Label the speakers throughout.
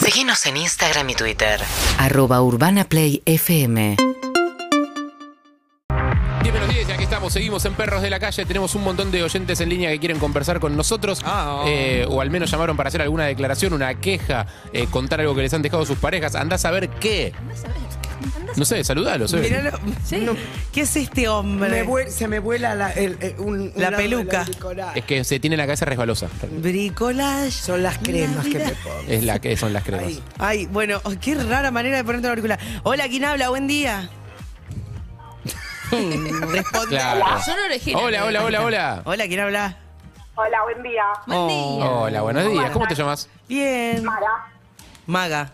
Speaker 1: Seguinos en Instagram y Twitter.
Speaker 2: Arroba Urbana Play FM.
Speaker 3: 10 menos 10, y aquí estamos, seguimos en Perros de la Calle. Tenemos un montón de oyentes en línea que quieren conversar con nosotros.
Speaker 4: Ah.
Speaker 3: eh, o al menos llamaron para hacer alguna declaración, una queja, eh, contar algo que les han dejado sus parejas. Andá a saber qué. No sé, saludalos. eh.
Speaker 5: Mirá lo- no,
Speaker 4: ¿Qué es este hombre?
Speaker 5: me vuel- se me vuela la, el- eh, un- un
Speaker 4: La
Speaker 5: lado de
Speaker 4: peluca.
Speaker 5: auricular.
Speaker 3: Es que se tiene la cabeza resbalosa.
Speaker 4: Bricolage.
Speaker 5: Son las cremas que me pongo.
Speaker 3: Es la que son las cremas.
Speaker 5: Ay.
Speaker 4: Ay, bueno, oh, qué rara manera de ponerte un auricular. Hola, ¿quién habla? Buen día. Responde.
Speaker 3: Claro.
Speaker 6: Son originales.
Speaker 3: Hola, hola, hola, hola.
Speaker 4: Hola, ¿quién habla? Oh.
Speaker 7: Hola, buen día.
Speaker 6: Buen día.
Speaker 3: Hola, buenos días. ¿Cómo te llamas?
Speaker 4: Bien.
Speaker 7: Mara.
Speaker 4: Maga.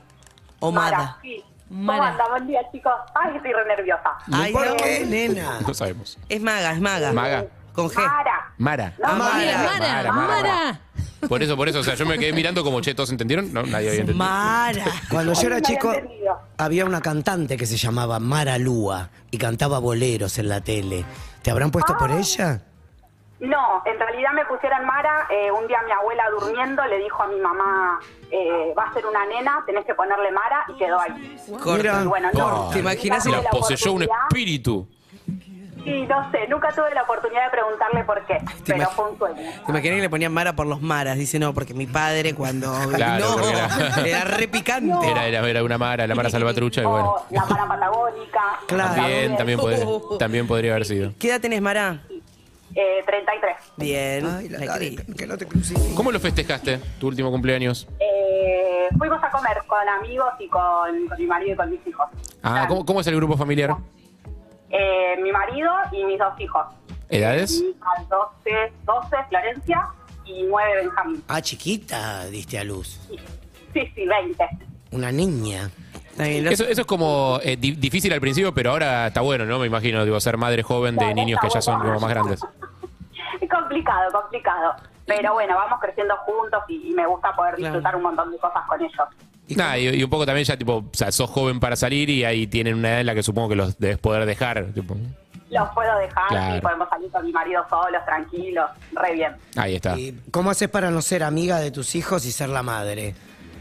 Speaker 4: O
Speaker 7: Mara,
Speaker 4: Mada.
Speaker 7: sí. ¿Cómo
Speaker 6: Mara.
Speaker 7: anda? Buen día, chicos. Ay, estoy re nerviosa.
Speaker 4: Ay,
Speaker 5: ¿Por
Speaker 4: no.
Speaker 5: qué, nena?
Speaker 3: No sabemos.
Speaker 4: Es Maga, es Maga.
Speaker 3: Maga.
Speaker 4: Con G.
Speaker 7: Mara.
Speaker 3: Mara.
Speaker 7: No,
Speaker 4: Mara.
Speaker 6: Bien,
Speaker 7: Mara.
Speaker 6: Mara, Mara.
Speaker 3: Por eso, por eso. O sea, yo me quedé mirando como, che, ¿todos entendieron? No, nadie había entendido.
Speaker 4: Mara.
Speaker 5: Cuando yo era
Speaker 7: No había
Speaker 5: chico,
Speaker 7: entendido.
Speaker 5: había una cantante que se llamaba Mara Lúa y cantaba boleros en la tele. ¿Te habrán puesto por ella?
Speaker 7: No, en realidad me pusieron Mara. Eh, un día mi abuela durmiendo le dijo a mi mamá, eh, va a ser una nena, tenés que ponerle Mara y quedó ahí.
Speaker 4: Corta.
Speaker 7: Y bueno, no.
Speaker 4: ¿Te imaginas
Speaker 7: nunca
Speaker 3: La
Speaker 7: tuve la
Speaker 3: poseyó un
Speaker 7: oportunidad.
Speaker 3: espíritu.
Speaker 7: Sí, no sé, nunca tuve la oportunidad de preguntarle por qué,
Speaker 4: ¿Te
Speaker 7: pero
Speaker 4: imag-
Speaker 7: fue un sueño.
Speaker 4: ¿Te imaginas que le ponían Mara por los maras? Dice, no, porque mi padre cuando...
Speaker 3: Claro,
Speaker 4: no,
Speaker 3: porque era-
Speaker 4: era... re picante.
Speaker 3: Era, era, era una Mara, la Mara salvatrucha y bueno.
Speaker 7: O la Mara Patagónica.
Speaker 5: Claro.
Speaker 3: También, también, podría, también podría haber sido.
Speaker 4: ¿Qué edad tenés, Mara?
Speaker 7: Eh, 33.
Speaker 4: Bien.
Speaker 5: Ay, la
Speaker 4: la
Speaker 5: cara,
Speaker 4: escribí.
Speaker 5: que, que no te crucifiquen.
Speaker 3: ¿Cómo lo festejaste, tu último cumpleaños?
Speaker 7: Eh, fuimos a comer con amigos y con, con mi marido y con mis hijos.
Speaker 3: Ah, ¿cómo, cómo es el grupo familiar?
Speaker 7: Eh, mi marido y mis dos hijos.
Speaker 3: ¿Edades?
Speaker 7: Y al 12, 12 Florencia y 9 Benjamín.
Speaker 5: Ah, chiquita, diste a luz.
Speaker 7: Sí, sí, 20.
Speaker 5: Una niña.
Speaker 4: Está bien, ¿no?
Speaker 3: Eso, eso es como eh, di- difícil al principio, pero ahora está bueno, ¿no? Me imagino, digo, ser madre joven de
Speaker 7: Claro,
Speaker 3: niños que
Speaker 7: está
Speaker 3: ya son
Speaker 7: bueno.
Speaker 3: como más grandes.
Speaker 7: Es complicado, complicado. Pero bueno, vamos creciendo juntos y, y me gusta poder disfrutar un montón de cosas con ellos.
Speaker 3: Nah, y, y un poco también ya, tipo, o sea, sos joven para salir y ahí tienen una edad en la que supongo que los debes poder dejar. tipo.
Speaker 7: Los puedo dejar
Speaker 3: Claro.
Speaker 7: y podemos salir con mi marido solos, tranquilos, re bien.
Speaker 3: Ahí está.
Speaker 5: ¿Y ¿Cómo haces para no ser amiga de tus hijos y ser la madre?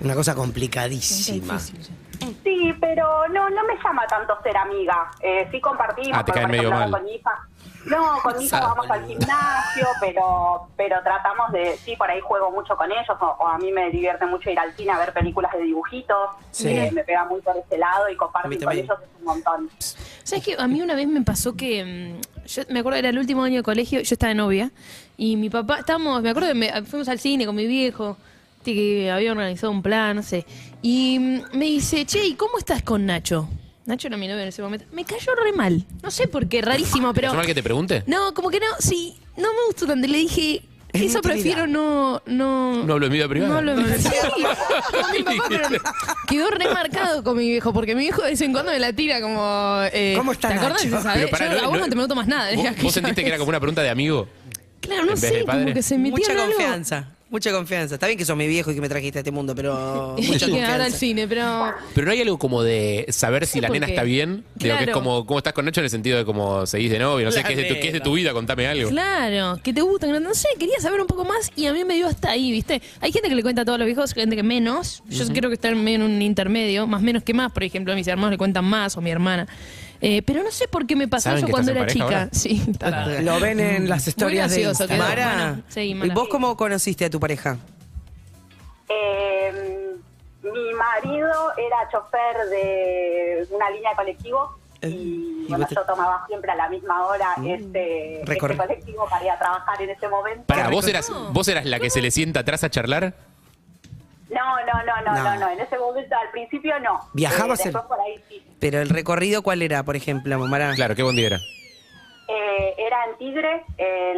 Speaker 5: Una cosa complicadísima.
Speaker 7: Sí, pero no, no me llama tanto ser amiga. Eh, sí compartimos,
Speaker 3: Ah, te
Speaker 7: pero,
Speaker 3: caen
Speaker 7: por
Speaker 3: medio
Speaker 7: ejemplo,
Speaker 3: mal.
Speaker 7: ahora con mi hija. No, con mi hija vamos al gimnasio, pero pero tratamos de, sí, por ahí juego mucho con ellos, o, o a mí me divierte mucho ir al cine a ver películas de dibujitos,
Speaker 5: Sí.
Speaker 7: Eh, me pega muy por ese lado y compartir con
Speaker 4: también.
Speaker 7: ellos es un montón.
Speaker 6: ¿Sabes qué? A mí una vez me pasó que. mm, Yo me acuerdo, era el último año de colegio, yo estaba de novia. Y mi papá, estábamos. Me acuerdo que me- fuimos al cine con mi viejo. viste Que había organizado un plan, no sé. Y mm, me dice, Che, ¿y cómo estás con Nacho? Nacho era mi novio en ese momento. Me cayó re mal. No sé por qué, rarísimo, pero.
Speaker 3: ¿Es normal que te pregunte?
Speaker 6: No, como que no, sí, no me gustó tanto. Le dije,
Speaker 5: Es
Speaker 6: eso
Speaker 5: intimidad.
Speaker 6: prefiero no, no.
Speaker 3: No hablo en mi vida privada.
Speaker 6: No hablo en mi vida. Sí, con mi papá, pero quedó remarcado con mi viejo, porque mi viejo de vez en cuando me la tira como. eh,
Speaker 5: ¿Cómo está
Speaker 6: ¿Te acordás?
Speaker 5: Nacho?
Speaker 6: Esa vez?
Speaker 3: Pero pará,
Speaker 6: Yo
Speaker 3: no-
Speaker 6: a vos
Speaker 3: no-
Speaker 6: no te pregunto más nada.
Speaker 3: ¿Vos,
Speaker 6: de
Speaker 3: vos
Speaker 6: aquella
Speaker 3: sentiste que era
Speaker 6: vez.
Speaker 3: como una pregunta de amigo?
Speaker 6: Claro, no
Speaker 3: en vez de
Speaker 6: sé,
Speaker 3: padre?
Speaker 6: como que se metió
Speaker 4: Mucha
Speaker 6: en algo.
Speaker 4: confianza, mucha confianza. Está bien que sos mi viejo y que me trajiste a este mundo, pero
Speaker 6: Y
Speaker 4: mucha
Speaker 6: que ahora al
Speaker 4: confianza.
Speaker 6: cine, pero.
Speaker 3: Pero no hay algo como de saber si
Speaker 6: sé
Speaker 3: la
Speaker 6: por
Speaker 3: nena
Speaker 6: qué.
Speaker 3: está bien. Digo, que es
Speaker 6: Claro.
Speaker 3: como cómo estás con Nacho en el sentido de como seguís de novio, no sé,
Speaker 4: La
Speaker 3: qué es, de tu, qué es de tu vida, contame algo.
Speaker 6: Claro, que te gustan, que no- no sé, quería saber un poco más y a mí me dio hasta ahí, ¿viste? Hay gente que le cuenta a todos los viejos, gente que menos. Yo creo que estar en un intermedio, más menos que más, por ejemplo, a mis hermanos le cuentan más o mi hermana. Eh, pero no sé por qué me pasó
Speaker 3: ¿Saben
Speaker 6: eso
Speaker 3: que
Speaker 6: cuando
Speaker 3: estás en
Speaker 6: era
Speaker 3: pareja
Speaker 6: chica.
Speaker 3: ahora?
Speaker 6: Sí, tarada.
Speaker 5: Lo ven en las historias de
Speaker 6: gracioso
Speaker 5: Instagram.
Speaker 6: quedó.
Speaker 4: Mara,
Speaker 6: Bueno, sí, Mara.
Speaker 4: ¿y vos cómo conociste a tu pareja?
Speaker 7: Eh, mi marido era chofer de una línea de colectivo
Speaker 4: Eh,
Speaker 7: y
Speaker 4: y
Speaker 7: bueno,
Speaker 4: vos te-
Speaker 7: yo tomaba siempre a la misma hora este, este
Speaker 4: recorre-
Speaker 7: colectivo para ir a trabajar en ese momento.
Speaker 3: Para, ¿vos
Speaker 4: recorrido.
Speaker 3: eras, ¿vos eras la que se le sienta atrás a charlar?
Speaker 7: No, no, no,
Speaker 5: No.
Speaker 7: no, no, no, En ese momento, al principio no.
Speaker 5: ¿Viajabas
Speaker 7: Eh, después
Speaker 5: en-
Speaker 7: por ahí sí.
Speaker 4: Pero el recorrido, ¿cuál era, por ejemplo, Mara?
Speaker 3: Claro, qué buen día era.
Speaker 7: Eh, era en Tigre, el,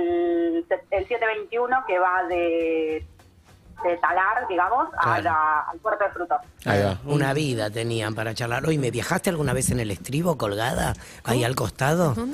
Speaker 7: el 721 que va de, de Talar, digamos, a
Speaker 5: Claro.
Speaker 7: la- al puerto de Frutos.
Speaker 3: Ahí va.
Speaker 5: Eh, Una vida tenían para charlar. Hoy, ¿me viajaste alguna vez en el estribo colgada? Ahí al costado.
Speaker 7: No,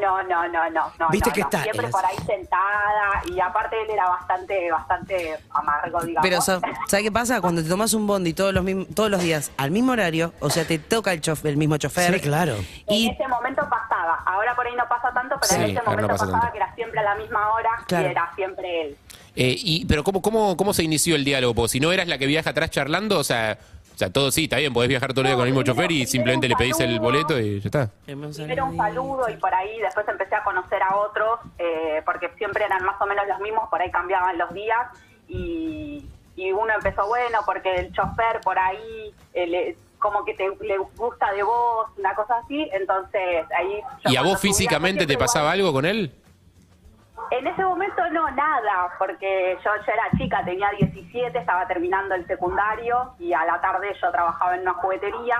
Speaker 7: no, no, no, no. no
Speaker 5: Viste
Speaker 7: no,
Speaker 5: que
Speaker 7: no.
Speaker 5: está-
Speaker 7: Siempre
Speaker 5: es-
Speaker 7: por ahí sentada y aparte él era bastante, bastante amargo, digamos.
Speaker 4: Pero, sa- ¿sabes qué pasa? Cuando te tomas un bondi todos los, mim- todos los días al mismo horario, o sea, te toca el, chof- el mismo chofer.
Speaker 5: Sí, claro.
Speaker 7: En
Speaker 4: Y
Speaker 7: ese momento pasaba, ahora por ahí no pasa tanto, pero
Speaker 3: Sí,
Speaker 7: en
Speaker 3: ahora
Speaker 7: ese
Speaker 3: no
Speaker 7: momento
Speaker 3: pasa
Speaker 7: pasaba
Speaker 3: tanto.
Speaker 7: que era siempre a la misma hora
Speaker 4: Claro.
Speaker 7: y era siempre él.
Speaker 3: Eh, y, pero ¿cómo, cómo, ¿cómo se inició el diálogo? Porque si no eras la que viaja atrás charlando, o sea, o sea todo sí, está bien, podés viajar todo el día con el mismo chofer y simplemente le pedís el boleto y ya está.
Speaker 7: Primero un saludo y por ahí después empecé a conocer a otros, eh, porque siempre eran más o menos los mismos, por ahí cambiaban los días y, y uno empezó bueno porque el chofer por ahí eh, le- como que te, le gusta de vos, una cosa así, entonces ahí... yo
Speaker 3: ¿Y a
Speaker 7: cuando
Speaker 3: vos
Speaker 7: subía,
Speaker 3: físicamente te
Speaker 7: siempre
Speaker 3: pasaba
Speaker 7: igual-
Speaker 3: algo con él?
Speaker 7: En ese momento no, nada, porque yo ya era chica, tenía 17, estaba terminando el secundario y a la tarde yo trabajaba en una juguetería,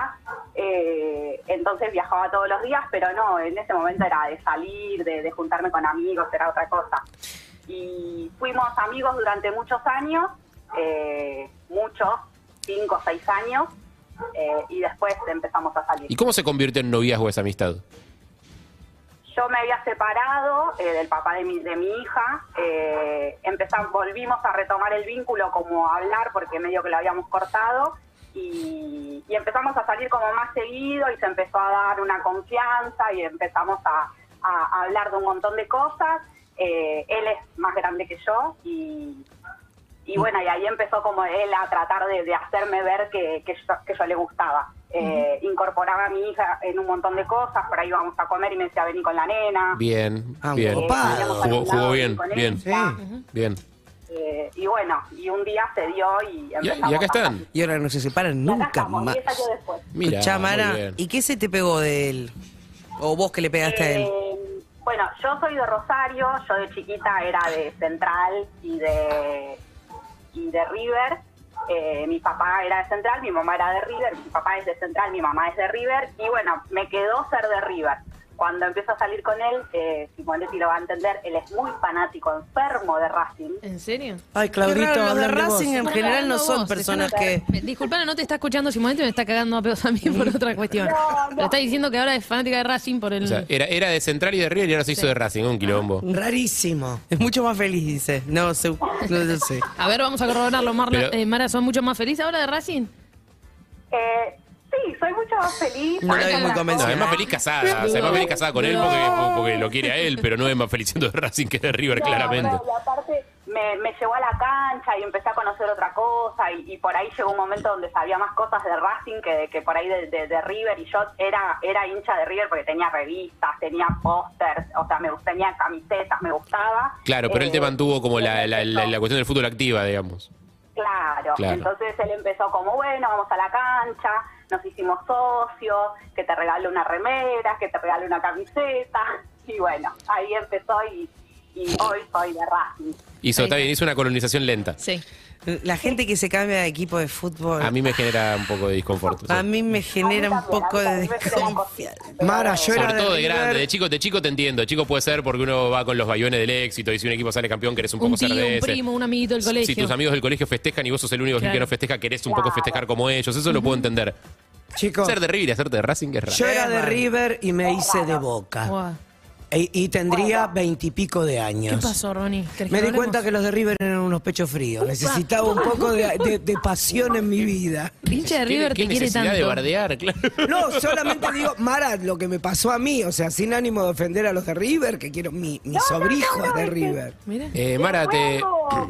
Speaker 7: eh, entonces viajaba todos los días, pero no, en ese momento era de salir, de, de juntarme con amigos, era otra cosa. Y fuimos amigos durante muchos años, eh, muchos, 5 o 6 años, eh, y después empezamos a salir.
Speaker 3: ¿Y cómo se convirtió en noviazgo esa amistad?
Speaker 7: Yo me había separado eh, del papá de mi, de mi hija, eh, empezamos, volvimos a retomar el vínculo como a hablar porque medio que lo habíamos cortado y, y empezamos a salir como más seguido y se empezó a dar una confianza y empezamos a, a- a hablar de un montón de cosas. Eh, él es más grande que yo y, y bueno, y ahí empezó como él a tratar de, de hacerme ver que, que, yo, que yo le gustaba. Eh, Incorporaba a mi hija en un montón de cosas, por ahí íbamos a comer y me decía, vení con la nena.
Speaker 3: Bien,
Speaker 5: Ah,
Speaker 3: bien.
Speaker 5: copado.
Speaker 7: salíamos a
Speaker 3: Jugó-
Speaker 7: algún lado,
Speaker 3: jugó
Speaker 7: vení
Speaker 3: bien,
Speaker 7: con
Speaker 3: bien.
Speaker 7: ella.
Speaker 3: Bien.
Speaker 7: Eh, y bueno, y un día se dio y
Speaker 3: Y,
Speaker 7: empezamos
Speaker 3: y acá
Speaker 7: a-
Speaker 3: están.
Speaker 4: Y ahora no se separan
Speaker 7: Y acá
Speaker 4: nunca
Speaker 7: estamos,
Speaker 4: más.
Speaker 7: 10 años después.
Speaker 3: Mira,
Speaker 4: Escuchá, Mara,
Speaker 3: muy bien.
Speaker 4: ¿y qué se te pegó de él? O vos que le pegaste a él.
Speaker 7: Eh, Bueno, yo soy de Rosario, yo de chiquita era de Central y de, y de River. Eh, mi papá era de Central, mi mamá era de River, mi papá es de Central, mi mamá es de River. Y bueno, me quedó ser de River. Cuando empiezo a salir con él, eh, Simonetti lo va a entender, él es muy fanático, enfermo de Racing.
Speaker 6: ¿En serio?
Speaker 5: Ay,
Speaker 4: Qué
Speaker 5: Claudito,
Speaker 4: raro, los de
Speaker 5: hablan de vos.
Speaker 4: Racing en
Speaker 6: Estás
Speaker 4: general
Speaker 6: cagando
Speaker 4: no
Speaker 6: a
Speaker 4: son
Speaker 6: vos,
Speaker 4: personas
Speaker 6: estás-
Speaker 4: que...
Speaker 6: Me- Disculpame, no te está escuchando Simonetti, me está cagando a pedos a mí por otra cuestión.
Speaker 7: No, no.
Speaker 6: Pero está diciendo que ahora es fanática de Racing por el...
Speaker 3: O sea, eh, era, era de Central y de River y ahora se hizo de Racing, un quilombo.
Speaker 6: Ah,
Speaker 5: Rarísimo.
Speaker 4: Es mucho más feliz, dice. No, sé, no lo sé.
Speaker 6: A ver, vamos a corroborarlo, Marla.
Speaker 3: Pero-
Speaker 6: Eh, Mara, ¿son mucho más felices ahora de Racing?
Speaker 7: Eh, sí, soy mucho más feliz.
Speaker 4: No la vi muy
Speaker 3: No,
Speaker 4: convencida.
Speaker 3: es más feliz casada. O sea, es más feliz casada con él porque, porque lo quiere a él, pero no es más feliz siendo de Racing que de River,
Speaker 7: No,
Speaker 3: claramente.
Speaker 7: no, y aparte me, me llevó a la cancha y empecé a conocer otra cosa y, y por ahí llegó un momento donde sabía más cosas de Racing que, de- que por ahí de, de- de River y yo era era hincha de River porque tenía revistas, tenía pósters, o sea, me gust- tenía camisetas, me gustaba.
Speaker 3: Claro, pero él te
Speaker 7: Eh,
Speaker 3: mantuvo como la, la- la- la
Speaker 7: empezó-
Speaker 3: cuestión del fútbol activa, digamos.
Speaker 7: Claro.
Speaker 3: Claro.
Speaker 7: entonces él empezó como, bueno, vamos a la cancha, nos hicimos socios, que te regalo una remera, que te regalo una camiseta, y bueno, ahí empezó y, y hoy soy de Racing.
Speaker 3: Hizo,
Speaker 6: Ahí
Speaker 3: está
Speaker 6: está.
Speaker 3: bien, hizo una colonización lenta.
Speaker 6: Sí.
Speaker 4: La gente que se cambia de equipo de fútbol,
Speaker 3: A mí me genera un poco de desconforto. sí.
Speaker 4: a mí me genera un
Speaker 7: también,
Speaker 4: poco
Speaker 7: a mí
Speaker 4: de
Speaker 7: también me genera
Speaker 4: desconfianza.
Speaker 5: Mara, yo era
Speaker 3: Sobre todo de
Speaker 5: River.
Speaker 3: grande, de chico, de chico te entiendo. De chico puede ser porque uno va con los vaiones del éxito y si un equipo sale campeón querés un poco
Speaker 6: Un
Speaker 3: ser
Speaker 6: tío,
Speaker 3: de
Speaker 6: un
Speaker 3: ese.
Speaker 6: primo, un amiguito del colegio.
Speaker 3: Si tus amigos del colegio festejan y vos sos el único
Speaker 6: Claro.
Speaker 3: que no festeja, querés un poco festejar como ellos. Eso lo puedo entender.
Speaker 5: Chicos,
Speaker 3: Ser de River y hacerte de Racing es raro.
Speaker 5: yo era de River y me hice de Boca.
Speaker 6: Guau.
Speaker 5: E- y tendría veintipico de años.
Speaker 6: ¿Qué pasó, Ronnie? ¿Querés
Speaker 5: Me
Speaker 6: que
Speaker 5: di
Speaker 6: hablemos?
Speaker 5: cuenta que los de River eran unos pechos fríos. Necesitaba un poco de, de- de pasión en mi vida.
Speaker 6: Hincha
Speaker 3: ¿Qué-
Speaker 6: de River
Speaker 3: qué
Speaker 6: te quiere
Speaker 3: necesidad
Speaker 6: tanto.
Speaker 3: de bardear, claro.
Speaker 5: No, solamente digo, Mara, lo que me pasó a mí, o sea, sin ánimo de ofender a los de River, que quiero mi, mis sobrijos de River.
Speaker 6: Mira.
Speaker 3: Eh, Mara, te,
Speaker 7: Fue algo-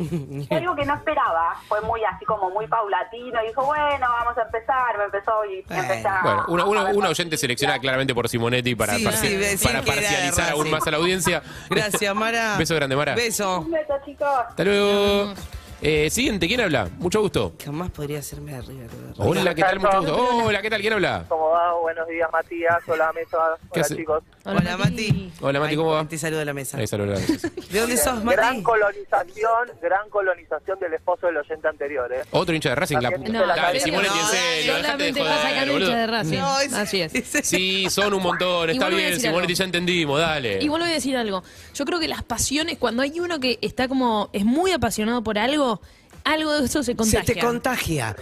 Speaker 7: fue algo que no esperaba, fue muy así como muy paulatino, y dijo, bueno, vamos a empezar, me empezó y
Speaker 5: Bueno.
Speaker 7: empezó a-
Speaker 3: Bueno, una, una-
Speaker 7: a ver
Speaker 3: una
Speaker 7: más
Speaker 3: oyente
Speaker 7: noticias.
Speaker 3: seleccionada claramente por Simonetti para,
Speaker 4: Sí,
Speaker 3: parci-
Speaker 4: sí, decían
Speaker 3: para
Speaker 4: que era de
Speaker 3: parcializar aún
Speaker 4: Racing.
Speaker 3: más a la audiencia.
Speaker 4: Gracias, Mara.
Speaker 3: Beso grande, Mara.
Speaker 4: Beso.
Speaker 7: Un beso, chicos.
Speaker 3: Hasta luego. Eh, siguiente, ¿quién habla? Mucho gusto.
Speaker 4: Jamás podría hacerme de River. de verdad.
Speaker 3: Hola, ¿qué tal? Mucho gusto. Hola, ¿qué tal? ¿Quién habla?
Speaker 8: ¿Cómo va? Buenos días, Matías. Hola, mesa.
Speaker 3: ¿Qué
Speaker 8: Hola,
Speaker 3: hace?
Speaker 8: chicos.
Speaker 6: Hola,
Speaker 4: Hola, Mati.
Speaker 6: Mati.
Speaker 3: Hola, Mati,
Speaker 4: Ay,
Speaker 3: ¿cómo va?
Speaker 4: Te saludo de la mesa.
Speaker 3: Ahí saluda.
Speaker 4: ¿De dónde sos,
Speaker 8: Gran
Speaker 4: Mati?
Speaker 8: colonización, gran colonización del esposo del oyente anterior, ¿eh?
Speaker 3: Otro hincha de Racing, la
Speaker 8: No,
Speaker 3: puta.
Speaker 8: no,
Speaker 3: Dale,
Speaker 8: no,
Speaker 3: Simonetti, en
Speaker 4: no,
Speaker 3: serio, dejate de
Speaker 6: Solamente va
Speaker 3: joder,
Speaker 6: sacando
Speaker 3: boludo.
Speaker 6: hincha de Racing.
Speaker 4: No, es-
Speaker 6: Así es.
Speaker 3: Sí, son un montón, está
Speaker 6: Igual voy a
Speaker 3: bien,
Speaker 6: decir
Speaker 3: Simonetti,
Speaker 6: algo.
Speaker 3: ya entendimos, dale.
Speaker 6: Y vuelvo a decir algo. Yo creo que las pasiones, cuando hay uno que está como, es muy apasionado por algo, algo de eso se contagia.
Speaker 5: Se te contagia.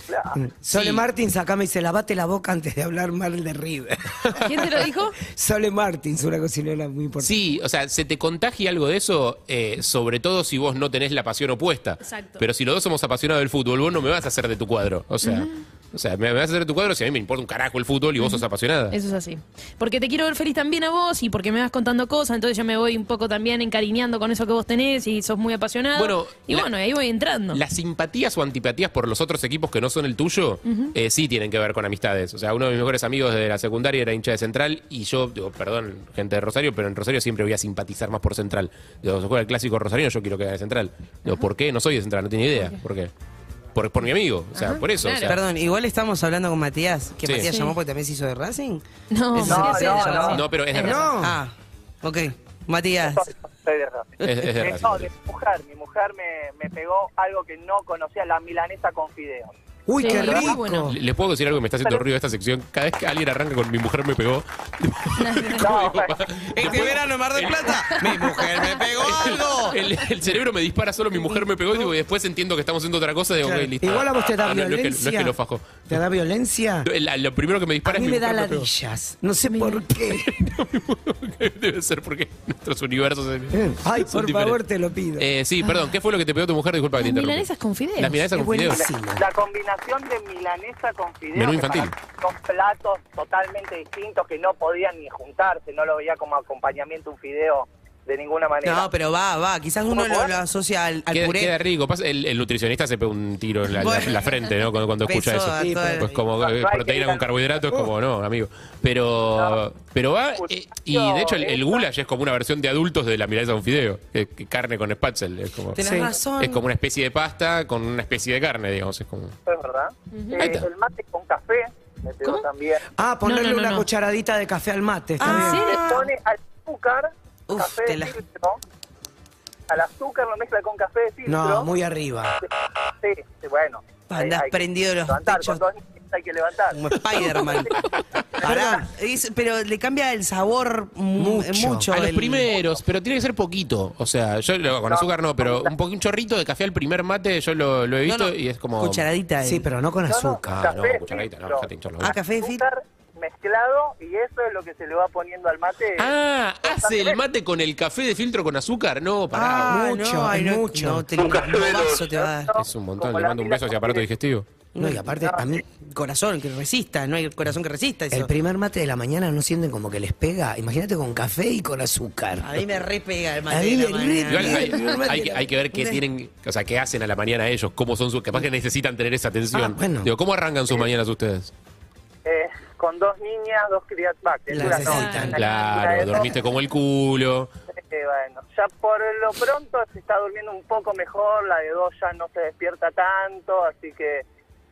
Speaker 5: Sole
Speaker 3: Sí.
Speaker 5: Martins acá me dice, lavate la boca antes de hablar mal de River.
Speaker 6: ¿Quién te lo dijo?
Speaker 5: Sole Martins, una cocinera muy importante.
Speaker 3: Sí, o sea, se te contagia algo de eso, eh, sobre todo si vos no tenés la pasión opuesta.
Speaker 6: Exacto.
Speaker 3: Pero si los dos somos apasionados del fútbol, vos no me vas a hacer de tu cuadro. O sea, O sea, me, me vas a hacer tu cuadro si a mí me importa un carajo el fútbol y vos sos apasionada.
Speaker 6: Eso es así. Porque te quiero ver feliz también a vos y porque me vas contando cosas, entonces yo me voy un poco también encariñando con eso que vos tenés y sos muy apasionado.
Speaker 3: Bueno,
Speaker 6: y
Speaker 3: la-
Speaker 6: bueno, ahí voy entrando.
Speaker 3: Las simpatías o antipatías por los otros equipos que no son el tuyo eh, sí tienen que ver con amistades. O sea, uno de mis mejores amigos de la secundaria era hincha de Central y yo, digo, perdón, gente de Rosario, pero en Rosario siempre voy a simpatizar más por Central. Digo, se juega el clásico rosarino, yo quiero que gane Central. Digo, ¿Por qué? No soy de Central, no tiene idea. ¿Por qué? Por, por mi amigo. O sea, por eso. o
Speaker 6: claro.
Speaker 3: sea.
Speaker 4: Perdón, igual estamos hablando con Matías, que
Speaker 3: Sí.
Speaker 4: Matías
Speaker 6: Sí.
Speaker 4: llamó porque también se hizo de Racing. Ese
Speaker 6: No, no,
Speaker 4: es el
Speaker 6: no,
Speaker 4: que se
Speaker 6: no.
Speaker 4: hizo de
Speaker 3: No, pero es de
Speaker 6: Es
Speaker 3: Racing.
Speaker 4: Ah, ok. Matías.
Speaker 8: Soy de Racing.
Speaker 3: Es- es de
Speaker 8: Eh,
Speaker 3: Racing,
Speaker 8: no,
Speaker 3: sí.
Speaker 8: de mi mujer. Mi mujer me, me pegó algo que no conocía, la milanesa con fideo.
Speaker 5: Uy,
Speaker 6: Sí,
Speaker 5: qué
Speaker 6: muy
Speaker 5: rico.
Speaker 6: bueno.
Speaker 3: ¿Le- ¿Les puedo decir algo que me está haciendo ruido esta sección? Cada vez que alguien arranca con mi mujer me pegó.
Speaker 8: No,
Speaker 4: Este verano en Mar del Plata, mi mujer me pegó algo.
Speaker 3: El, el cerebro me dispara solo, mi mujer me pegó y, digo, y después entiendo que estamos haciendo otra cosa. Digo,
Speaker 5: Claro.
Speaker 3: ok, listo.
Speaker 5: Igual a vos te da
Speaker 3: Ah, no, no es que-
Speaker 5: violencia.
Speaker 3: No es que lo fajo.
Speaker 5: ¿Te da violencia?
Speaker 3: La- lo primero que me dispara
Speaker 5: A mí
Speaker 3: es mi
Speaker 5: me da
Speaker 3: mujer, me pegó.
Speaker 5: ladrillas. No sé por qué.
Speaker 3: Debe ser porque nuestros universos se-
Speaker 5: Ay,
Speaker 3: son
Speaker 5: por
Speaker 3: diferentes.
Speaker 5: favor, te lo pido.
Speaker 3: Eh, sí, perdón, ¿qué fue lo que te pegó tu mujer? Disculpa que te
Speaker 6: Las
Speaker 3: interrumpa.
Speaker 6: milanesas con fideos.
Speaker 3: Las milanesas
Speaker 5: Es
Speaker 3: con fideos.
Speaker 5: buenísimo.
Speaker 8: La combinación de milanesa con fideo.
Speaker 3: Menú
Speaker 8: que
Speaker 3: infantil.
Speaker 8: para mí Son platos totalmente distintos que no podían ni juntarse. No lo veía como acompañamiento un fideo de ninguna manera.
Speaker 4: No, pero va, va. Quizás uno lo, lo asocia al, al
Speaker 3: Queda,
Speaker 4: puré.
Speaker 3: queda rico. Pasa- El, el nutricionista se pega un tiro en la, la-
Speaker 4: Bueno.
Speaker 3: la frente, ¿no? Cuando, cuando escucha
Speaker 4: Beso
Speaker 3: eso.
Speaker 4: a todo el-
Speaker 3: Pues como
Speaker 8: No,
Speaker 3: eh,
Speaker 8: no hay que
Speaker 3: proteína
Speaker 8: ir
Speaker 3: con
Speaker 8: a-
Speaker 3: carbohidratos, es como no, amigo. Pero, pero va. eh, y de hecho, el, el goulash es como una versión de adultos de la milanesa con fideo. que- que carne con spatzel. Es como,
Speaker 4: Tenés
Speaker 5: Sí.
Speaker 4: razón.
Speaker 3: es como una especie de pasta con una especie de carne, digamos. Es como.
Speaker 8: Eso es verdad. Eh,
Speaker 3: Ahí está.
Speaker 8: el mate con café me pegó
Speaker 6: ¿Cómo?
Speaker 8: también.
Speaker 5: Ah, ponerle
Speaker 6: No, no, no,
Speaker 5: una
Speaker 6: no.
Speaker 5: cucharadita de café al mate. Está
Speaker 4: Ah,
Speaker 5: bien.
Speaker 4: ¿sí?
Speaker 8: Le pone azúcar,
Speaker 4: Uf,
Speaker 8: café
Speaker 4: te
Speaker 8: de
Speaker 4: la-
Speaker 8: filtro. Al azúcar lo mezcla con café de filtro.
Speaker 5: No, muy arriba.
Speaker 8: Sí, sí, bueno.
Speaker 4: Andás
Speaker 8: que
Speaker 4: prendido de los
Speaker 8: levantar,
Speaker 4: pechos.
Speaker 8: Con dos niños hay que levantar.
Speaker 4: Como Spider-Man. Pará. Es- pero le cambia el sabor mu-
Speaker 5: Mucho.
Speaker 4: mucho.
Speaker 3: A los
Speaker 4: el-
Speaker 3: primeros, pero tiene que ser poquito. O sea, yo lo- con
Speaker 8: No,
Speaker 3: azúcar no, pero un, po- un chorrito de café al primer mate yo lo, lo he
Speaker 4: No,
Speaker 3: visto
Speaker 4: no,
Speaker 3: y es como.
Speaker 4: Cucharadita. de-
Speaker 5: Sí, pero no con
Speaker 8: No, no.
Speaker 5: azúcar.
Speaker 3: Ah, no,
Speaker 8: Café,
Speaker 3: cucharadita, no,
Speaker 8: filtro.
Speaker 3: dejate hinchar los
Speaker 4: Ah,
Speaker 3: huevos.
Speaker 4: café de filtro.
Speaker 8: azúcar mezclado y eso es lo que se le va poniendo al mate.
Speaker 3: Ah, hace el mate con el café de filtro con azúcar. No, pará.
Speaker 4: Ah,
Speaker 5: Mucho,
Speaker 4: no, ay,
Speaker 5: es
Speaker 4: no,
Speaker 5: mucho.
Speaker 4: No, te, un vaso te va a dar.
Speaker 3: es un montón.
Speaker 8: Como
Speaker 3: Le
Speaker 8: la
Speaker 3: mando un
Speaker 8: pila
Speaker 3: beso hacia aparato digestivo.
Speaker 5: No, y aparte, a mí,
Speaker 4: pues, Corazón que resista, no hay corazón que resista eso.
Speaker 5: el primer mate de la mañana no sienten como que les pega. Imagínate con café y con azúcar.
Speaker 4: A mí me re pega el
Speaker 5: A
Speaker 4: mate
Speaker 5: mí
Speaker 4: de
Speaker 5: me
Speaker 4: la mañana.
Speaker 5: re
Speaker 3: Igual
Speaker 5: Bien,
Speaker 3: hay,
Speaker 5: bien,
Speaker 3: hay que,
Speaker 5: bien.
Speaker 3: hay que ver qué tienen, o sea, qué hacen a la mañana ellos, cómo son sus. Capaz que necesitan tener esa atención.
Speaker 5: Ah, bueno.
Speaker 3: Digo, ¿cómo arrancan sus mañanas ustedes?
Speaker 8: Eh, con dos niñas, dos criaturas. va, criaturas no,
Speaker 5: necesitan.
Speaker 8: una criatura de
Speaker 3: Claro,
Speaker 8: dos.
Speaker 3: dormiste como el culo.
Speaker 8: Eh, bueno, ya por lo pronto se está durmiendo un poco mejor, la de dos ya no se despierta tanto, así que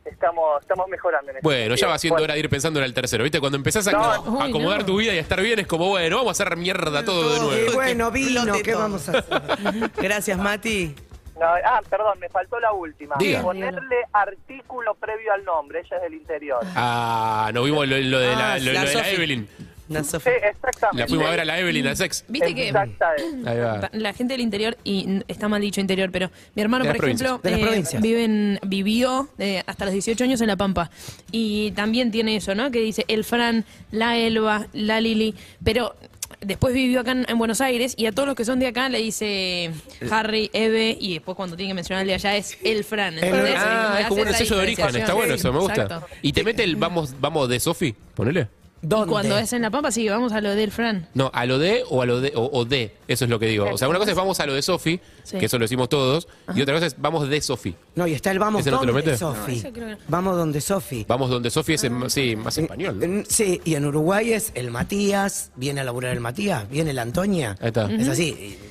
Speaker 8: estamos estamos mejorando. En ese
Speaker 3: Bueno, ya
Speaker 8: sentido.
Speaker 3: va siendo hora de ir pensando en el tercero, ¿viste? Cuando empezás a,
Speaker 8: No.
Speaker 3: a
Speaker 6: Uy,
Speaker 3: acomodar
Speaker 6: no.
Speaker 3: tu vida y a estar bien, es como, bueno, vamos a hacer mierda todo de nuevo.
Speaker 5: Y bueno,
Speaker 4: que
Speaker 5: vino,
Speaker 4: explote
Speaker 5: ¿qué
Speaker 4: todo.
Speaker 5: vamos a hacer?
Speaker 4: Gracias, Mati.
Speaker 8: No, ah, perdón, me faltó la última.
Speaker 3: Diga.
Speaker 8: Ponerle artículo previo al nombre, ella es del interior.
Speaker 3: Ah, nos vimos lo, lo de, la,
Speaker 4: Ah,
Speaker 3: lo-
Speaker 4: la
Speaker 3: lo de la
Speaker 4: Sofi.
Speaker 3: Evelyn.
Speaker 4: No,
Speaker 8: Sí,
Speaker 4: Sofía.
Speaker 8: exactamente.
Speaker 3: La fuimos a ver a la Evelyn al sex.
Speaker 6: Viste que
Speaker 8: Exactamente.
Speaker 3: Ahí va.
Speaker 6: la gente del interior, y n- está mal dicho interior, pero mi hermano,
Speaker 3: De las
Speaker 6: por ejemplo,
Speaker 5: provincias. De las
Speaker 6: eh,
Speaker 5: provincias.
Speaker 6: vive en- vivió eh, hasta los 18 años en La Pampa. Y también tiene eso, ¿no? Que dice el Fran, la Elba, la Lili, pero después vivió acá en, en Buenos Aires y a todos los que son de acá le dice Harry, Eve, y después cuando tiene que mencionar el de allá es el Fran. ¿entendés?
Speaker 3: Ah,
Speaker 6: Hace
Speaker 3: es como un
Speaker 6: esa
Speaker 3: sello de origen, está
Speaker 6: diferenciación.
Speaker 3: bueno eso, me gusta.
Speaker 6: Exacto.
Speaker 3: Y te mete el vamos, vamos de Sofi, ponele.
Speaker 5: ¿Dónde?
Speaker 6: Y cuando es en La Pampa, sí, vamos a lo del Fran.
Speaker 3: No, a lo de o a lo de o, o de, eso es lo que digo. O sea, una cosa es vamos a lo de Sofi,
Speaker 6: Sí.
Speaker 3: que eso lo decimos todos, y otra cosa es vamos de Sofi.
Speaker 5: No, y está el vamos
Speaker 3: ¿Ese no te lo
Speaker 5: donde
Speaker 3: mete?
Speaker 5: Sofi.
Speaker 6: No, ese creo que no.
Speaker 5: Vamos donde Sofi.
Speaker 3: Vamos donde Sofi es
Speaker 6: Ah.
Speaker 3: en- sí, más español. ¿no?
Speaker 5: En- Sí, y en Uruguay es el Matías, viene a laburar el Matías, viene la Antonia.
Speaker 3: Ahí está.
Speaker 5: Es así.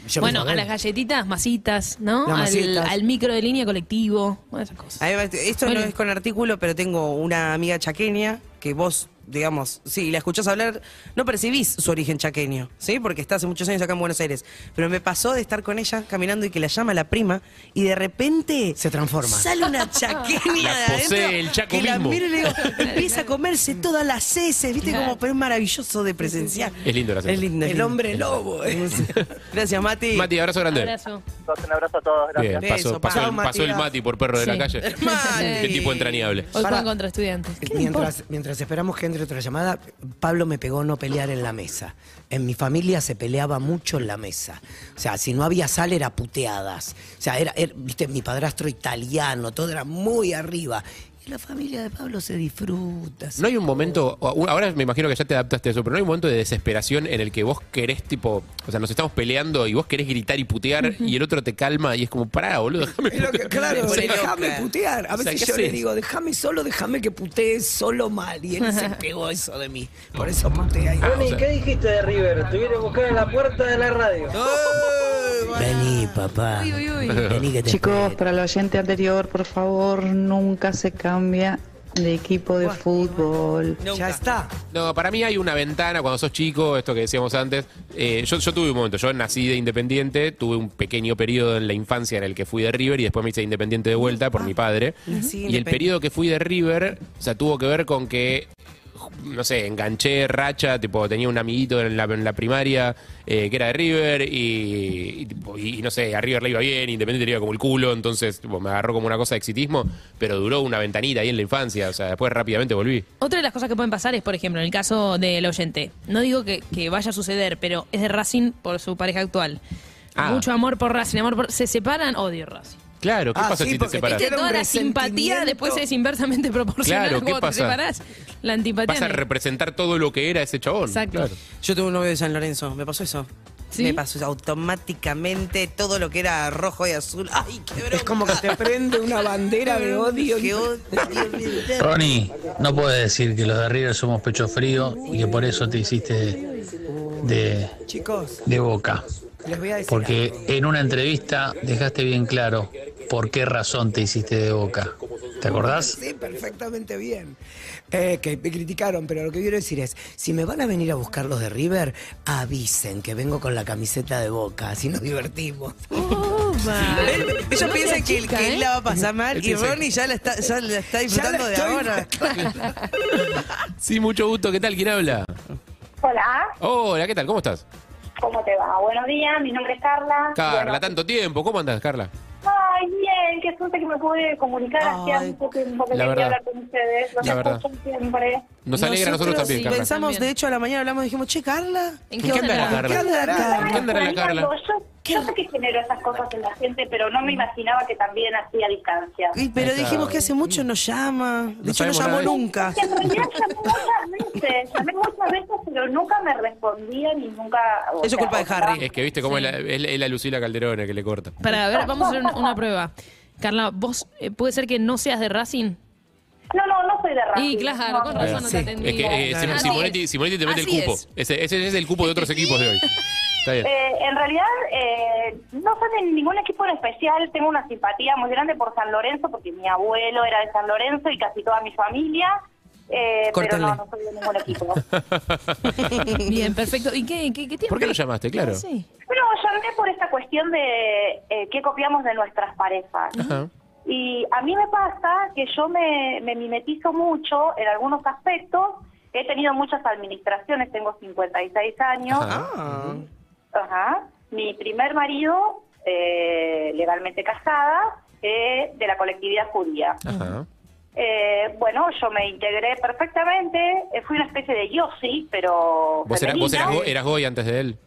Speaker 5: y yo
Speaker 6: bueno,
Speaker 5: mismo,
Speaker 6: a las galletitas, masitas, ¿no?
Speaker 5: Las
Speaker 6: al,
Speaker 5: masitas.
Speaker 6: al micro de línea colectivo, bueno, esas cosas.
Speaker 4: A mí me- esto
Speaker 6: Bueno.
Speaker 4: no es con artículo, pero tengo una amiga chaqueña que vos, digamos, si la escuchás hablar, no percibís su origen chaqueño, ¿sí? Porque está hace muchos años acá en Buenos Aires. Pero me pasó de estar con ella caminando y que la llama la prima y de repente...
Speaker 5: Se transforma.
Speaker 4: Sale una chaqueña
Speaker 3: La
Speaker 4: de
Speaker 3: posee
Speaker 4: adentro.
Speaker 3: el
Speaker 4: que la
Speaker 3: chacomismo.
Speaker 4: miro y le digo, empieza a comerse todas las heces, ¿viste? Como, pero es maravilloso de presenciar.
Speaker 3: Es lindo la
Speaker 4: Es lindo.
Speaker 5: El hombre lobo. eh.
Speaker 4: Gracias, Mati.
Speaker 3: Mati, abrazo grande.
Speaker 6: Abrazo.
Speaker 8: Un abrazo a todos, gracias.
Speaker 3: Bien, pasó,
Speaker 4: Beso,
Speaker 3: pasó
Speaker 4: pa.
Speaker 3: el, pasó el
Speaker 5: Matías.
Speaker 3: Mati por perro de la
Speaker 6: Sí.
Speaker 3: calle. Qué tipo entrañable.
Speaker 6: Hoy
Speaker 5: Para-
Speaker 6: juegan contra estudiantes. ¿Qué le importa?
Speaker 5: Mientras, mientras esperamos que entre otra llamada, Pablo me pegó no pelear en la mesa. En mi familia se peleaba mucho en la mesa. O sea, si no había sal era puteadas. O sea, era, era- viste, mi padrastro italiano, todo era muy arriba. Y la familia de Pablo se disfruta. se
Speaker 3: ¿No hay un momento, o- ahora me imagino que ya te adaptaste a eso, pero no hay un momento de desesperación en el que vos querés, tipo, o sea, nos estamos peleando y vos querés gritar y putear y el otro te calma y es como, pará, boludo, déjame
Speaker 5: Es lo que,
Speaker 3: putear".
Speaker 5: claro,
Speaker 3: O sea,
Speaker 5: déjame putear. A
Speaker 3: O sea,
Speaker 5: veces
Speaker 3: ¿qué
Speaker 5: yo le
Speaker 3: haces?
Speaker 5: digo, déjame solo, déjame que putee solo mal. Y él se pegó eso de mí. Por eso putea.
Speaker 3: Ah, o sea,
Speaker 9: dijiste de River? Te viene a buscar en la puerta de la radio.
Speaker 5: Vení, papá.
Speaker 6: Uy, uy, uy.
Speaker 5: Vení que te
Speaker 10: Chicos,
Speaker 5: espero.
Speaker 10: para el oyente anterior, por favor, nunca se cambia de equipo de fútbol.
Speaker 5: Ya está.
Speaker 3: No, para mí hay una ventana cuando sos chico, esto que decíamos antes. Eh, yo, yo tuve un momento, yo nací de Independiente, tuve un pequeño periodo en la infancia en el que fui de River y después me hice Independiente de vuelta por mi padre.
Speaker 4: Nací
Speaker 3: y el
Speaker 4: independiente.
Speaker 3: periodo que fui de River, o sea, tuvo que ver con que, no sé, enganché racha, tipo, tenía un amiguito en la, en la primaria eh, que era de River y, y tipo, y, no sé, a River le iba bien, Independiente le iba como el culo, entonces tipo, me agarró como una cosa de exitismo, pero duró una ventanita ahí en la infancia, o sea, después rápidamente volví.
Speaker 6: Otra de las cosas que pueden pasar es, por ejemplo, en el caso del oyente. No digo que, que vaya a suceder, pero es de Racing por su pareja actual.
Speaker 3: Ah.
Speaker 6: Mucho amor por Racing, amor por... Se separan, odio Racing.
Speaker 3: Claro, ¿qué
Speaker 5: Ah,
Speaker 3: pasa
Speaker 5: sí,
Speaker 3: si te
Speaker 5: porque te
Speaker 3: separás?
Speaker 5: queda- Era un
Speaker 6: Toda la simpatía
Speaker 5: resentimiento.
Speaker 6: después es inversamente proporcional
Speaker 3: Claro, ¿qué
Speaker 6: cuando te
Speaker 3: pasa?
Speaker 6: separás. La antipatía.
Speaker 3: Vas a
Speaker 6: no-
Speaker 3: representar todo lo que era ese chabón.
Speaker 6: Exacto.
Speaker 3: Claro.
Speaker 4: Yo tuve un novio de San Lorenzo, me pasó eso.
Speaker 6: ¿Sí?
Speaker 4: Me pasó eso, automáticamente todo lo que era rojo y azul. ¡Ay, qué bronca!
Speaker 5: Es como que te prende una bandera de odio.
Speaker 4: Qué odio.
Speaker 9: Ronnie, no puedes decir que los de River somos pecho frío y que por eso te hiciste de, de-
Speaker 5: Chicos,
Speaker 9: de boca.
Speaker 5: les voy a decir.
Speaker 9: Porque en una entrevista dejaste bien claro por qué razón te hiciste de boca. ¿Te acordás?
Speaker 5: Sí, perfectamente bien. Eh, que me criticaron, pero lo que quiero decir es, si me van a venir a buscar los de River, avisen que vengo con la camiseta de Boca, así nos divertimos.
Speaker 6: Opa.
Speaker 4: Ellos
Speaker 6: Otra
Speaker 4: piensan que,
Speaker 6: chica,
Speaker 4: que
Speaker 6: ¿eh?
Speaker 4: él la va a pasar mal
Speaker 3: Él
Speaker 4: y
Speaker 3: piensa
Speaker 4: Ronnie ya la está, ya la está disfrutando
Speaker 5: la
Speaker 4: de
Speaker 5: estoy-
Speaker 4: ahora.
Speaker 3: Sí, mucho gusto. ¿Qué tal? ¿Quién habla?
Speaker 7: Hola,
Speaker 3: Hola, ¿qué tal? ¿Cómo estás?
Speaker 7: ¿cómo te va? Buenos días, mi nombre es Carla.
Speaker 3: Carla,
Speaker 7: Bueno,
Speaker 3: tanto tiempo. ¿Cómo andas, Carla?
Speaker 7: Ay, bien, qué suerte que me pude comunicar hacía
Speaker 4: Ay,
Speaker 7: mucho tiempo que
Speaker 3: la
Speaker 7: quería
Speaker 3: verdad.
Speaker 7: hablar con ustedes. Los
Speaker 3: La verdad.
Speaker 7: escucho siempre.
Speaker 3: Nos alegra a nosotros también,
Speaker 4: sí,
Speaker 3: Carla.
Speaker 4: Pensamos,
Speaker 6: También.
Speaker 4: de hecho, a la mañana hablamos y dijimos, che, Carla.
Speaker 6: ¿En
Speaker 3: ¿En
Speaker 6: qué
Speaker 3: qué
Speaker 6: onda?
Speaker 3: andará,
Speaker 4: ¿Qué onda
Speaker 3: Carla?
Speaker 4: Carla?
Speaker 3: ¿En qué andará la Carla?
Speaker 7: Algo, Yo, yo sé que genero esas cosas en la gente, pero no me imaginaba que también hacía distancia.
Speaker 4: Y- pero dijimos que hace mucho no llama. De
Speaker 3: No
Speaker 4: hecho, no
Speaker 3: sabemos
Speaker 4: llamó
Speaker 3: nada de-
Speaker 4: nunca.
Speaker 7: Que en realidad llamé muchas veces, llamé muchas veces, pero nunca me respondían y nunca... o
Speaker 4: Eso es
Speaker 7: sea,
Speaker 4: culpa de
Speaker 7: o sea,
Speaker 4: Harry.
Speaker 3: Es que viste cómo es, la, es la- es la Lucila Calderona que le corta.
Speaker 6: Para, a ver, vamos a hacer una, una prueba. Carla, vos eh, puede ser que no seas de Racing.
Speaker 7: No, no, no soy de Racing.
Speaker 6: Y claro,
Speaker 7: no,
Speaker 6: con
Speaker 7: no.
Speaker 6: razón no te
Speaker 5: Sí.
Speaker 6: atendí.
Speaker 3: Es que eh, Sim-
Speaker 6: Así
Speaker 3: Simonetti,
Speaker 6: es.
Speaker 3: Simonetti te mete
Speaker 6: Así
Speaker 3: el cupo.
Speaker 6: es.
Speaker 3: Ese, ese es el cupo de otros equipos de hoy. Está bien.
Speaker 7: Eh, en realidad, eh, no soy de ningún equipo en especial. Tengo una simpatía muy grande por San Lorenzo, porque mi abuelo era de San Lorenzo y casi toda mi familia. Eh, pero
Speaker 4: Córtale.
Speaker 7: no, no soy de ningún equipo.
Speaker 6: Bien, perfecto. ¿Y qué, qué, qué tiempo?
Speaker 3: ¿Por qué lo llamaste? Claro.
Speaker 6: Ah, Sí.
Speaker 7: Bueno, llamé por esta cuestión de eh, qué copiamos de nuestras parejas.
Speaker 3: Ajá.
Speaker 7: Y a mí me pasa que yo me, me mimetizo mucho en algunos aspectos. He tenido muchas administraciones, tengo 56 años.
Speaker 3: Ajá.
Speaker 4: Ah.
Speaker 7: Ajá. Mi primer marido, eh, legalmente casada, eh, de la colectividad judía.
Speaker 3: Ajá.
Speaker 7: Eh, bueno, yo me integré perfectamente. eh, fui una especie de yossi, pero.
Speaker 3: Vos, eras, vos
Speaker 7: femenina.
Speaker 3: eras, go- eras Goy antes de él.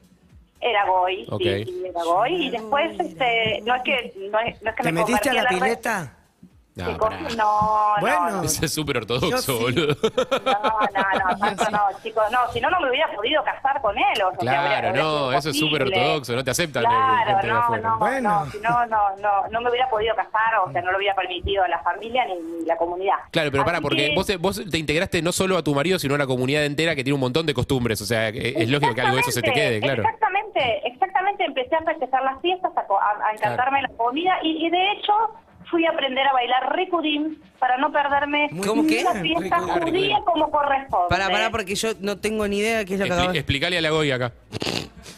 Speaker 7: Era goy, sí,
Speaker 3: Ok.
Speaker 7: sí, era goy. Y después, este, no es que, no es, no es que
Speaker 5: ¿Te
Speaker 7: me
Speaker 5: metiste a
Speaker 7: convertí
Speaker 5: la
Speaker 7: en red-
Speaker 5: pileta?
Speaker 7: Sí,
Speaker 3: No,
Speaker 7: con-
Speaker 3: Ah, pará.
Speaker 7: No, no,
Speaker 5: Bueno.
Speaker 7: no,
Speaker 3: Ese es súper
Speaker 5: Yo
Speaker 3: ortodoxo,
Speaker 5: sí.
Speaker 3: boludo.
Speaker 7: No, no, no, tanto no, chicos, no, si no, no me hubiera podido casar con él. O sea, habría-
Speaker 3: Claro,
Speaker 7: habría sido
Speaker 3: no, eso es súper
Speaker 7: imposible.
Speaker 3: ortodoxo. No te aceptan eh, gente
Speaker 7: Claro,
Speaker 3: de
Speaker 7: no,
Speaker 3: afuera.
Speaker 7: no,
Speaker 5: Bueno.
Speaker 7: no, si no, no, no, no me hubiera podido casar, o sea, no lo hubiera permitido a la familia ni, ni la comunidad.
Speaker 3: Claro, pero para,
Speaker 7: Así
Speaker 3: porque
Speaker 7: que-
Speaker 3: vos, te- vos te integraste no solo a tu marido, sino a la comunidad entera que tiene un montón de costumbres. O sea, que es lógico que algo de eso se te quede, claro.
Speaker 7: Exactamente, exactamente, empecé a festejar las fiestas, a, co- a- a encantarme la comida, y, y de hecho fui a aprender a bailar ricudim para no perderme
Speaker 4: Muy ¿Cómo
Speaker 7: ni
Speaker 4: qué?
Speaker 7: la fiesta
Speaker 3: Rikudim.
Speaker 7: judía como corresponde.
Speaker 4: Pará, pará, porque yo no tengo ni idea de qué es lo que
Speaker 3: Expli-
Speaker 4: acabas de
Speaker 3: explicale a la Goy acá.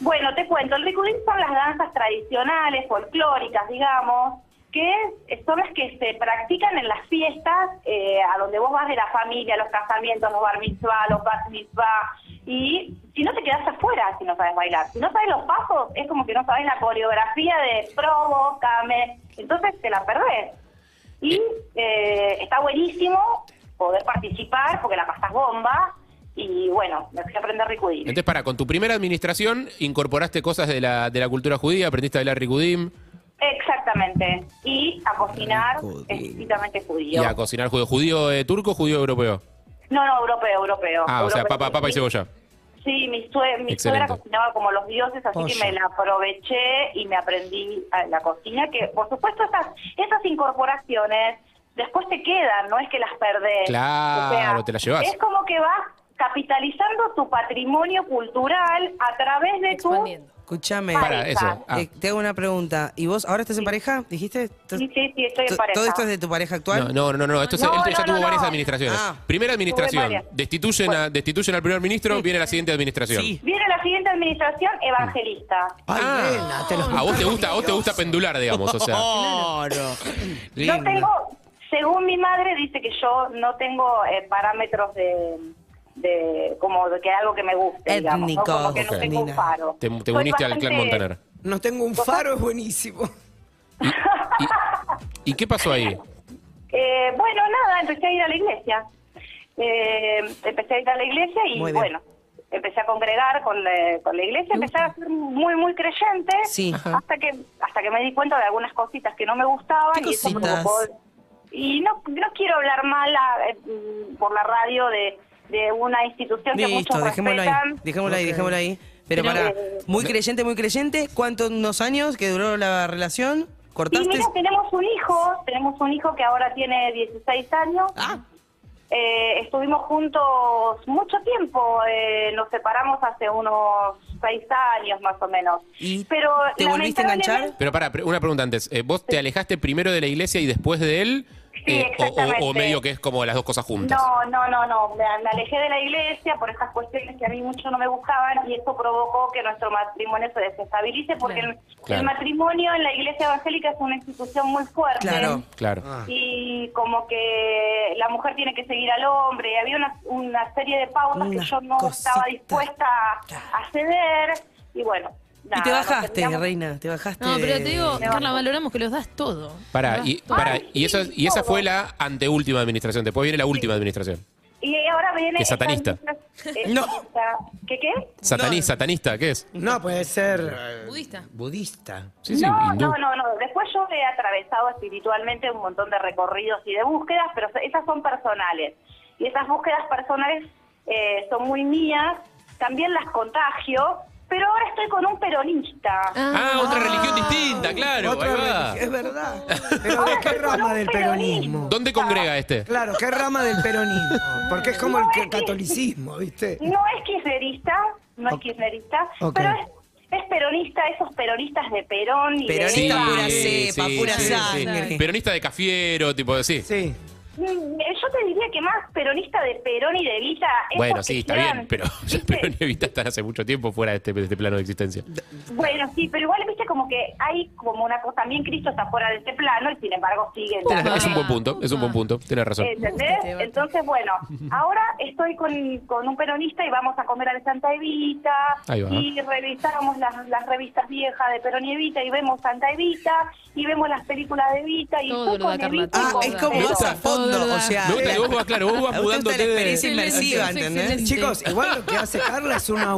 Speaker 7: Bueno, te cuento, el ricudín son las danzas tradicionales, folclóricas, digamos, que es- son las que se practican en las fiestas, eh, a donde vos vas de la familia, los casamientos, los bar mitzvah, los bat mitzvah, y si no te quedás afuera si no sabes bailar, si no sabes los pasos, es como que no sabes la coreografía de provócame, entonces te la perdés. Y eh, está buenísimo poder participar porque la pasás bomba, y bueno, me fui a aprender ricudín.
Speaker 3: Entonces, para, con tu primera administración incorporaste cosas de la, de la cultura judía, aprendiste a bailar Rikudim.
Speaker 7: Exactamente. Y a cocinar explícitamente judío.
Speaker 3: Y a cocinar judío. ¿Judío eh, turco o judío europeo?
Speaker 7: No, no, europeo, europeo.
Speaker 3: Ah, o sea,
Speaker 7: Europeo.
Speaker 3: papa, papa y cebolla.
Speaker 7: Sí, mi, sue- mi
Speaker 3: Excelente.
Speaker 7: suegra cocinaba como los dioses, así
Speaker 5: Pollo.
Speaker 7: que me la aproveché y me aprendí a la cocina, que por supuesto esas, esas incorporaciones después te quedan, no es que las perdés.
Speaker 3: Claro, te las llevas.
Speaker 7: Es como que vas capitalizando tu patrimonio cultural a través de tu...
Speaker 6: Expandiendo.
Speaker 4: Escúchame.
Speaker 7: Para,
Speaker 3: Para, eso. Ah.
Speaker 4: Eh, te hago una pregunta. ¿Y vos ahora estás en pareja? ¿Dijiste? Estás-
Speaker 7: Sí, sí, sí, estoy en
Speaker 4: to-
Speaker 7: pareja.
Speaker 4: ¿Todo esto es de tu pareja actual?
Speaker 3: No, no, no, no, esto es-
Speaker 7: No,
Speaker 3: él ya
Speaker 7: no,
Speaker 3: tuvo
Speaker 7: no,
Speaker 3: varias
Speaker 7: no.
Speaker 3: administraciones.
Speaker 4: Ah.
Speaker 3: Primera administración,
Speaker 7: varias.
Speaker 3: destituyen, a, destituyen al primer ministro, viene la siguiente administración.
Speaker 4: Sí.
Speaker 7: Viene la siguiente administración evangelista.
Speaker 5: Ay,
Speaker 3: Ah.
Speaker 5: nena, te los
Speaker 3: A vos te gusta, a vos te gusta pendular, digamos, o
Speaker 4: Oh,
Speaker 3: sea.
Speaker 4: No, no.
Speaker 7: No tengo, según mi madre dice que yo no tengo eh, parámetros de, de como de que algo que me guste, digamos, ¿no? como que
Speaker 3: Ok.
Speaker 7: no tengo un faro.
Speaker 3: Te, te
Speaker 7: Soy
Speaker 3: uniste al clan
Speaker 7: bastante-
Speaker 3: Montaner.
Speaker 5: No tengo un faro, es buenísimo.
Speaker 3: ¿Y qué pasó ahí?
Speaker 7: Eh, bueno, nada, empecé a ir a la iglesia. Eh, empecé a ir a la iglesia y
Speaker 4: Muy bien.
Speaker 7: bueno, empecé a congregar con la, con la iglesia, empecé a ser muy, muy creyente
Speaker 4: Sí. Ajá.
Speaker 7: hasta que hasta que me di cuenta de algunas cositas que no me gustaban.
Speaker 4: ¿Qué
Speaker 7: y eso me
Speaker 4: cositas?
Speaker 7: provocó- Y no, no quiero hablar mal a- eh, por la radio de, de una institución que
Speaker 4: Listo,
Speaker 7: muchos
Speaker 4: dejémoslo ahí.
Speaker 7: respetan.
Speaker 4: Dejémoslo ahí, dejémoslo ahí. Pero,
Speaker 7: Pero- eh,
Speaker 4: pará, muy creyente, muy creyente. ¿Cuántos unos años que duró la relación?
Speaker 7: Y
Speaker 4: ¿Cortaste?
Speaker 7: mira, tenemos un hijo, tenemos un hijo que ahora tiene 16 años.
Speaker 4: Ah,
Speaker 7: Eh, estuvimos juntos mucho tiempo, eh, nos separamos hace unos seis años más o menos.
Speaker 4: ¿Y
Speaker 7: Pero
Speaker 4: te volviste a
Speaker 7: lamentablemente-
Speaker 4: enganchar?
Speaker 3: Pero pará, pre- una pregunta antes. Eh, ¿Vos te alejaste primero de la iglesia y después de él? Eh,
Speaker 7: Sí,
Speaker 3: o, o- o
Speaker 7: exactamente.
Speaker 3: medio que es como las dos cosas juntas.
Speaker 7: No, no, no, no. Me, me alejé de la iglesia por estas cuestiones que a mí mucho no me gustaban y esto provocó que nuestro matrimonio se desestabilice porque el-
Speaker 3: Claro.
Speaker 7: el matrimonio en la iglesia evangélica es una institución muy fuerte.
Speaker 4: claro.
Speaker 3: Claro.
Speaker 4: Ah.
Speaker 7: y como que la mujer tiene que seguir al hombre, y había una, una serie de pautas que
Speaker 4: Unas
Speaker 7: yo no
Speaker 4: cositas.
Speaker 7: estaba dispuesta a ceder, y bueno.
Speaker 4: Y
Speaker 7: nada,
Speaker 4: te
Speaker 7: nos
Speaker 4: bajaste,
Speaker 7: terminamos-
Speaker 4: reina, te bajaste.
Speaker 6: No, pero te digo,
Speaker 4: de-
Speaker 6: Carla, valoramos que los das todo.
Speaker 3: Pará,
Speaker 6: Los das
Speaker 3: y,
Speaker 6: todo.
Speaker 3: pará,
Speaker 7: Ah. Ay,
Speaker 3: y, esa, y esa fue la anteúltima administración. Después viene la última administración.
Speaker 7: Y ahora viene...
Speaker 3: Que es
Speaker 7: esta
Speaker 3: satanista.
Speaker 7: administra- eh,
Speaker 4: No.
Speaker 7: esta- ¿Qué qué?
Speaker 3: Sataní, ¿Satanista qué es?
Speaker 5: No, puede ser. eh,
Speaker 6: Budista.
Speaker 5: Budista.
Speaker 3: Sí, sí,
Speaker 7: no,
Speaker 3: hindú.
Speaker 7: no, no, no. Después yo he atravesado espiritualmente un montón de recorridos y de búsquedas, pero esas son personales. Y esas búsquedas personales eh, son muy mías, también las contagio, pero ahora estoy con un peronista.
Speaker 3: Ah, otra religión distinta, claro.
Speaker 5: Otra
Speaker 3: ahí va.
Speaker 5: religión, es verdad. Pero ¿de qué rama del peronismo?
Speaker 3: ¿Dónde congrega este?
Speaker 5: Claro, ¿qué rama del peronismo? Porque es como el que- catolicismo, ¿viste?
Speaker 7: No es kirchnerista, no es
Speaker 5: Ok.
Speaker 7: kirchnerista,
Speaker 5: Ok.
Speaker 7: pero es, es peronista, esos peronistas de Perón y de
Speaker 4: Peronista
Speaker 7: Eva.
Speaker 4: pura cepa, pura sangre.
Speaker 3: Peronista de Cafiero, tipo de sí.
Speaker 5: Sí.
Speaker 7: Mm, eh, Yo te diría que más peronista de Perón y de Evita. esos
Speaker 3: Bueno,
Speaker 7: que
Speaker 3: sí, está
Speaker 7: quedan,
Speaker 3: bien, pero ya
Speaker 7: ¿viste?
Speaker 3: Perón y Evita están hace mucho tiempo fuera de este, de este plano de existencia.
Speaker 7: Bueno, sí, pero igual viste como que hay como una cosa, bien Cristo está fuera de este plano y sin embargo sigue. en la-
Speaker 3: Es un buen punto, es un
Speaker 7: Ah.
Speaker 3: buen punto, tienes razón.
Speaker 7: ¿Entendés? Entonces, bueno, ahora estoy con, con un peronista y vamos a comer a la Santa Evita.
Speaker 3: Ahí va.
Speaker 7: Y revisamos las, las revistas viejas de Perón y Evita y vemos Santa Evita y vemos las películas de Evita. Y
Speaker 6: Todo
Speaker 7: estoy
Speaker 6: lo da
Speaker 7: con
Speaker 6: Carla,
Speaker 7: Evita y
Speaker 4: Ah,
Speaker 6: todo
Speaker 7: con
Speaker 4: es
Speaker 6: da.
Speaker 4: como
Speaker 7: Perón.
Speaker 4: vas a
Speaker 6: Todo
Speaker 4: fondo,
Speaker 6: da.
Speaker 4: o sea.
Speaker 3: Me
Speaker 7: eh,
Speaker 3: gusta que vos vas, claro, vos vas
Speaker 4: A usted le gusta
Speaker 3: mudándote
Speaker 4: la experiencia
Speaker 3: de...
Speaker 4: inmersiva,
Speaker 6: Excelente,
Speaker 4: ¿entendés?
Speaker 6: excelente.
Speaker 5: Chicos, igual lo que hace Carla es una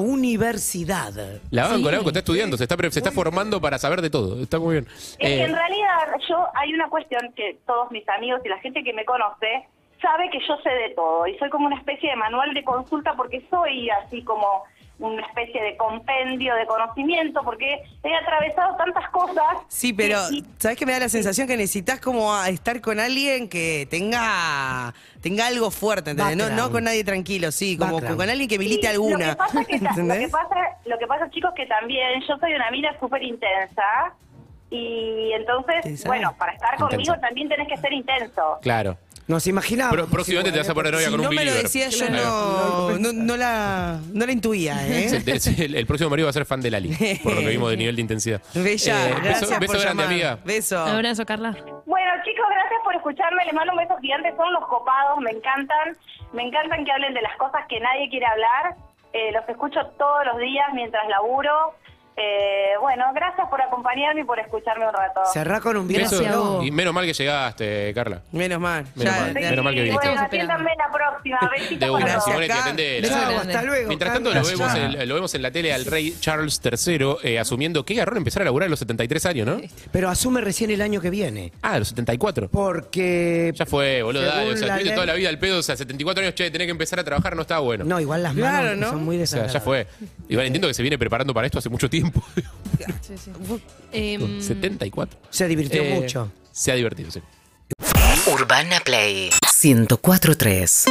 Speaker 5: universidad.
Speaker 3: La banco, la banco, está estudiando, se está, pre- se está formando para saber de todo, está muy bien.
Speaker 7: Es que
Speaker 3: Eh,
Speaker 7: en realidad yo hay una cuestión que todos mis amigos y la gente que me conoce sabe que yo sé de todo y soy como una especie de manual de consulta porque soy así como una especie de compendio de conocimiento porque he atravesado tantas cosas.
Speaker 4: Sí, pero
Speaker 7: y- y-
Speaker 4: ¿sabes que me da la sensación que necesitas como a estar con alguien que tenga tenga algo fuerte, ¿entendés? No,
Speaker 5: Background.
Speaker 4: no con nadie tranquilo, sí, como
Speaker 5: Background.
Speaker 4: con alguien que milite
Speaker 7: Sí,
Speaker 4: alguna.
Speaker 7: Lo que, pasa que ta- lo, que
Speaker 4: ¿entendés?
Speaker 7: pasa, lo que pasa, chicos, que también yo soy una mina súper intensa y entonces,
Speaker 4: Intensa.
Speaker 7: bueno, para estar conmigo
Speaker 3: Intensa.
Speaker 7: también tenés que ser intenso.
Speaker 3: Claro.
Speaker 5: Nos imaginamos.
Speaker 3: Pero próximamente te vas a poner novia
Speaker 4: Si
Speaker 3: con
Speaker 4: no
Speaker 3: un
Speaker 4: me lo
Speaker 3: believer.
Speaker 4: decías yo
Speaker 3: Ahí va.
Speaker 4: no, no, no la, no la intuía, ¿eh?
Speaker 3: Es el- El, el próximo marido va a ser fan de Lali, por lo que vimos de nivel de intensidad.
Speaker 4: Bella,
Speaker 3: Eh,
Speaker 4: gracias
Speaker 3: beso, beso
Speaker 4: por
Speaker 3: grande,
Speaker 4: llamar.
Speaker 3: amiga.
Speaker 4: Beso.
Speaker 6: Un abrazo, Carla.
Speaker 7: Bueno, chicos, gracias por escucharme. Les mando un beso gigante. Son los copados, me encantan. Me encantan que hablen de las cosas que nadie quiere hablar. Eh, los escucho todos los días mientras laburo. Eh, bueno, gracias por acompañarme y por escucharme un rato.
Speaker 5: Cerrá con un
Speaker 6: Gracias
Speaker 5: beso.
Speaker 6: a vos.
Speaker 5: ¿no?
Speaker 3: Y menos mal que llegaste, Carla.
Speaker 4: Menos mal.
Speaker 3: Menos
Speaker 4: ya,
Speaker 3: mal,
Speaker 4: ya-
Speaker 3: menos mal que
Speaker 7: Sí,
Speaker 3: viniste.
Speaker 7: Bueno, atiéndanme la próxima. Besitos
Speaker 3: De
Speaker 7: para
Speaker 3: una,
Speaker 7: todos.
Speaker 3: Simone. Simonetti,
Speaker 5: Carl.
Speaker 3: atendela.
Speaker 5: Chao, hasta luego.
Speaker 3: Mientras tanto, lo
Speaker 5: Carla.
Speaker 3: vemos, en, lo vemos en la tele al rey Charles III eh, asumiendo que agarró empezar a laburar a los 73 años, ¿no?
Speaker 5: Pero asume recién el año que viene.
Speaker 3: Ah, a los 74.
Speaker 5: Porque.
Speaker 3: Ya fue, boludo.
Speaker 5: Según
Speaker 3: dale, o sea,
Speaker 5: la
Speaker 3: estuviste
Speaker 5: ley-
Speaker 3: toda la vida al pedo. O sea, 74 años, che, tenés que empezar a trabajar, no está bueno.
Speaker 5: No, igual las manos
Speaker 4: Claro,
Speaker 5: que
Speaker 4: ¿no?
Speaker 5: son muy
Speaker 3: o sea,
Speaker 5: desagradables.
Speaker 3: ya fue. Igual entiendo que se viene preparando para esto hace mucho tiempo.
Speaker 6: Sí, sí.
Speaker 5: Mm.
Speaker 6: Em,
Speaker 3: 74.
Speaker 5: Se divirtió
Speaker 3: Eh,
Speaker 5: mucho.
Speaker 3: Se ha divertido, sí.
Speaker 2: Urbana Play 104.3